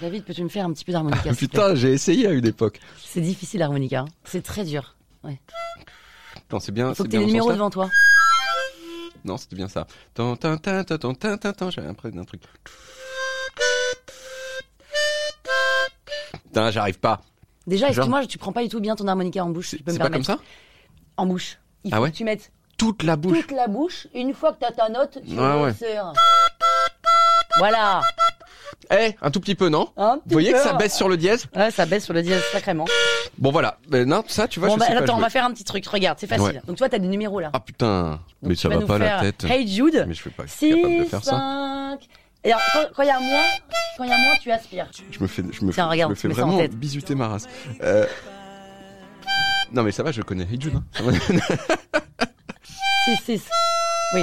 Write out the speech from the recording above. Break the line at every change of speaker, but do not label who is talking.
David, peux-tu me faire un petit peu d'harmonica s'il te plaît
Putain, j'ai essayé à une époque.
C'est difficile l'harmonica, hein. c'est très dur.
Non, Ah, c'est bien.
Faut que t'aies
c'est bien
les
dans ce
numéros
sens-là.
devant toi.
Non, c'était bien ça. Tan, tan, tan, tan, tan, tan, tan, tan, J'avais l'impression d'un truc. Putain, j'arrive pas.
Déjà,
Genre-
excuse-moi, tu prends pas du tout bien ton harmonica en bouche. si
C'est
je peux me
c'est pas comme
permettre.
ça
En bouche. Il
Ah
faut
ouais
que tu mettes
Toute la bouche.
toute la bouche. Une fois que t'as ta note, tu
Ah ouais.
le serres. Voilà.
Eh, un tout petit peu, non
Un petit
Vous voyez que
peu.
ça baisse sur le dièse
Ouais, ça baisse sur le dièse sacrément.
Bon, voilà. Mais non, ça, tu vois,
bon,
je
bah,
sais pas
attends, on
jouer.
va faire un petit truc. Regarde, c'est facile.
Ouais.
Donc, toi, t'as des numéros là.
Ah putain,
Donc,
mais
tu
ça
vas
va
nous
pas la
faire
tête.
Hey Jude.
Mais je suis pas capable de
6,
faire ça.
5. Et alors, quand- quand il y a moins, quand il y a moins, tu aspires.
Je me fais, je
Tiens,
me, fais-
regarde,
je me fais
mets ça en
vraiment
tête.
bisuter ma race. Euh, Non mais ça va, je connais. Hey Jude, hein, ça va.
6, 6. Oui.